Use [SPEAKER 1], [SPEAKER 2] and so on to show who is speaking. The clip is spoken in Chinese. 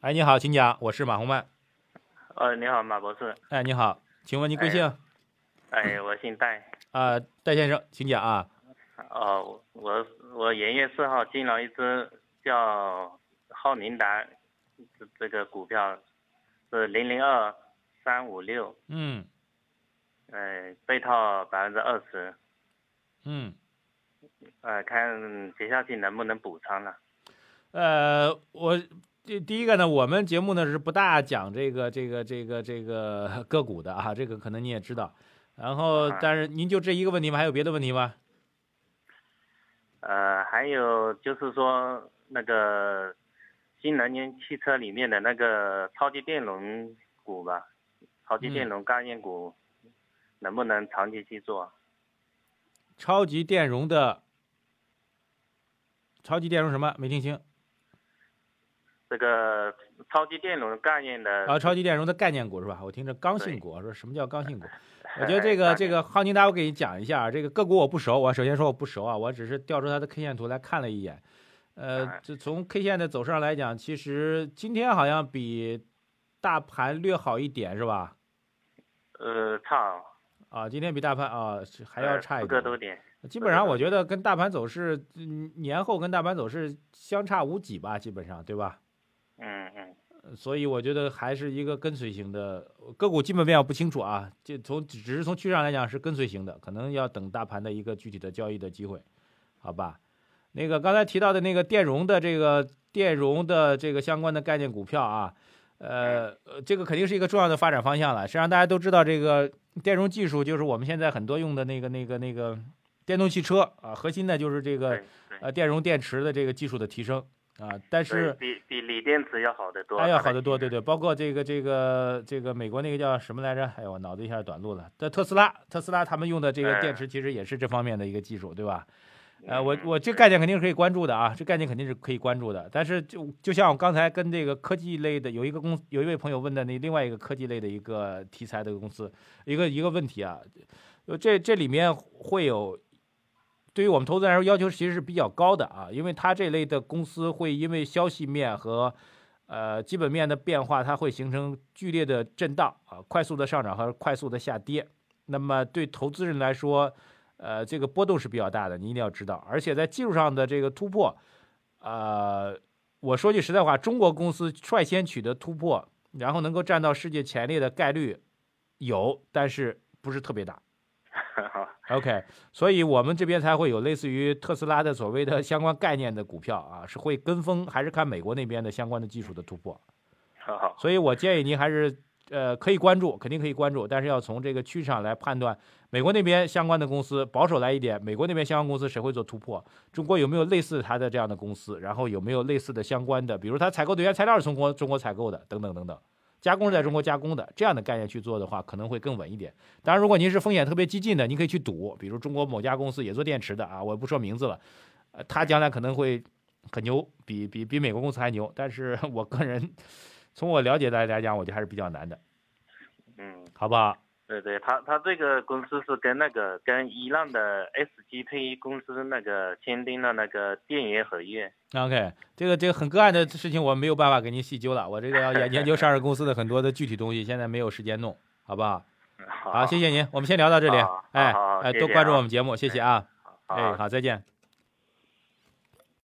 [SPEAKER 1] 哎，你好，请讲，我是马红曼。
[SPEAKER 2] 呃，你好，马博士。
[SPEAKER 1] 哎，你好，请问您贵姓？
[SPEAKER 2] 哎，我姓戴。
[SPEAKER 1] 啊、戴先生，请讲啊。
[SPEAKER 2] 哦，我我元月四号进了一只叫浩明达，这这个股票是零零二三五六，
[SPEAKER 1] 嗯
[SPEAKER 2] 呃，被套百分之二十，
[SPEAKER 1] 嗯，
[SPEAKER 2] 呃，看学校去能不能补仓了。
[SPEAKER 1] 呃，我第第一个呢，我们节目呢是不大讲这个这个这个这个个股的啊，这个 可能你也知道。然后
[SPEAKER 2] 啊，
[SPEAKER 1] 但是您就这一个问题吗？还有别的问题吗？
[SPEAKER 2] 呃，还有就是说那个新能源汽车里面的那个超级电容股吧，超级
[SPEAKER 1] 嗯
[SPEAKER 2] 电容概念股能不能长期去做？
[SPEAKER 1] 超级电容的，超级电容什么？没听清
[SPEAKER 2] 这个超级电容概念的
[SPEAKER 1] 啊？超级电容的概念股是吧？我听着刚性
[SPEAKER 2] 对
[SPEAKER 1] 股，我说什么叫刚 性股？
[SPEAKER 2] 呃
[SPEAKER 1] 我觉得这
[SPEAKER 2] 概
[SPEAKER 1] 个
[SPEAKER 2] 念
[SPEAKER 1] 这个浩宁达，我给你讲一下啊，这个个股我不熟，我首先说我不熟啊，我只是调出它的 K 线图来看了一眼。呃
[SPEAKER 2] 哎，
[SPEAKER 1] 这从 K 线的走势上来讲，其实今天好像比大盘略好一点，是吧？
[SPEAKER 2] 呃差
[SPEAKER 1] 啊，今天比大盘啊是还要
[SPEAKER 2] 呃
[SPEAKER 1] 差一
[SPEAKER 2] 四个
[SPEAKER 1] 点。
[SPEAKER 2] 多点，
[SPEAKER 1] 基本上我觉得跟大盘走势，嗯，年后跟大盘走势相差无几吧，基本上对吧？
[SPEAKER 2] 嗯嗯
[SPEAKER 1] 呃所以我觉得还是一个跟随型的个股，基本面我不清楚啊，就从只是从趋势上来讲是跟随型的，可能要等大盘的一个具体的交易的机会，好吧？那个刚才提到的那个电容的这个电容的这个相关的概念股票啊，呃，
[SPEAKER 2] 嗯
[SPEAKER 1] 呃这个肯定是一个重要的发展方向了。实际上大家都知道，这个电容技术就是我们现在很多用的那个那个那个电动汽车啊，核心的就是这个
[SPEAKER 2] 对对
[SPEAKER 1] 呃电容电池的这个技术的提升啊，但
[SPEAKER 2] 对
[SPEAKER 1] 是。
[SPEAKER 2] 比比锂电池要好得多，
[SPEAKER 1] 哎呀，
[SPEAKER 2] 它的
[SPEAKER 1] 好得多，对
[SPEAKER 2] 性
[SPEAKER 1] 对，包括这个这个这个美国那个叫什么来着？哎呀，我脑子一下短路了。这特斯拉，特斯拉他们用的这个电
[SPEAKER 2] 嗯
[SPEAKER 1] 池其实也是这方面的一个技术，对吧？
[SPEAKER 2] 能
[SPEAKER 1] 呃，我
[SPEAKER 2] 嗯
[SPEAKER 1] 我这
[SPEAKER 2] 嗯
[SPEAKER 1] 概念肯定是可以关注的啊，这概念肯定是可以关注的。但是就就像我刚才跟这个科技类的有一个公有一位朋友问的那另外一个科技类的一个题材的公司一个一个问题啊，呃这这里面会有对于我们投资人来说要求其实是比较高的啊，因为它这类的公司会因为消息面和呃基本面的变化，它会形成剧烈的震荡啊，快速的上涨和快速的下跌。那么对投资人来说，呃，这个波动是比较大的，你一定要知道。而且在技术上的这个突破，呃，我说句实在话，中国公司率先取得突破，然后能够站到世界前列的概率有，但是不是特别大。OK，所以我们这边才会有类似于特斯拉的所谓的相关概念的股票啊，是会跟风还是看美国那边的相关的技术的突破？
[SPEAKER 2] 好好
[SPEAKER 1] 所以我建议您还是呃可以关注，肯定可以关注，但是要从这个趋势上来判断美国那边相关的公司，保守来一点，美国那边相关公司谁会做突破，中国有没有类似它的这样的公司，然后有没有类似的相关的，比如它采购的原材料是从国中国采购的，等等等等。加工是在中国加工的，这样的概念去做的话，可能会更稳一点。当然，如果您是风险特别激进的，您可以去赌，比如中国某家公司也做电池的啊，我不说名字了，呃，它将来可能会很牛，比比比美国公司还牛。但是 我个人从我了解来来讲，我觉得还是比较难的，
[SPEAKER 2] 嗯
[SPEAKER 1] 好不好？
[SPEAKER 2] 对对，它它这个公司是跟那个跟伊朗的 SGT 公司那个签订了那个电源合约，
[SPEAKER 1] OK，这个这个很个案的事情，我没有办法给您细究了。我这个要研 研究上市公司的很多的具体东西，现在没有时间弄，好不好？
[SPEAKER 2] 嗯好
[SPEAKER 1] 好，谢谢您，我们先聊到这里
[SPEAKER 2] 好好。
[SPEAKER 1] 哎
[SPEAKER 2] 好好
[SPEAKER 1] 哎，
[SPEAKER 2] 谢
[SPEAKER 1] 多
[SPEAKER 2] 谢
[SPEAKER 1] 关注
[SPEAKER 2] 啊
[SPEAKER 1] 我们节目，谢谢啊。
[SPEAKER 2] 好
[SPEAKER 1] 哎，好，再见。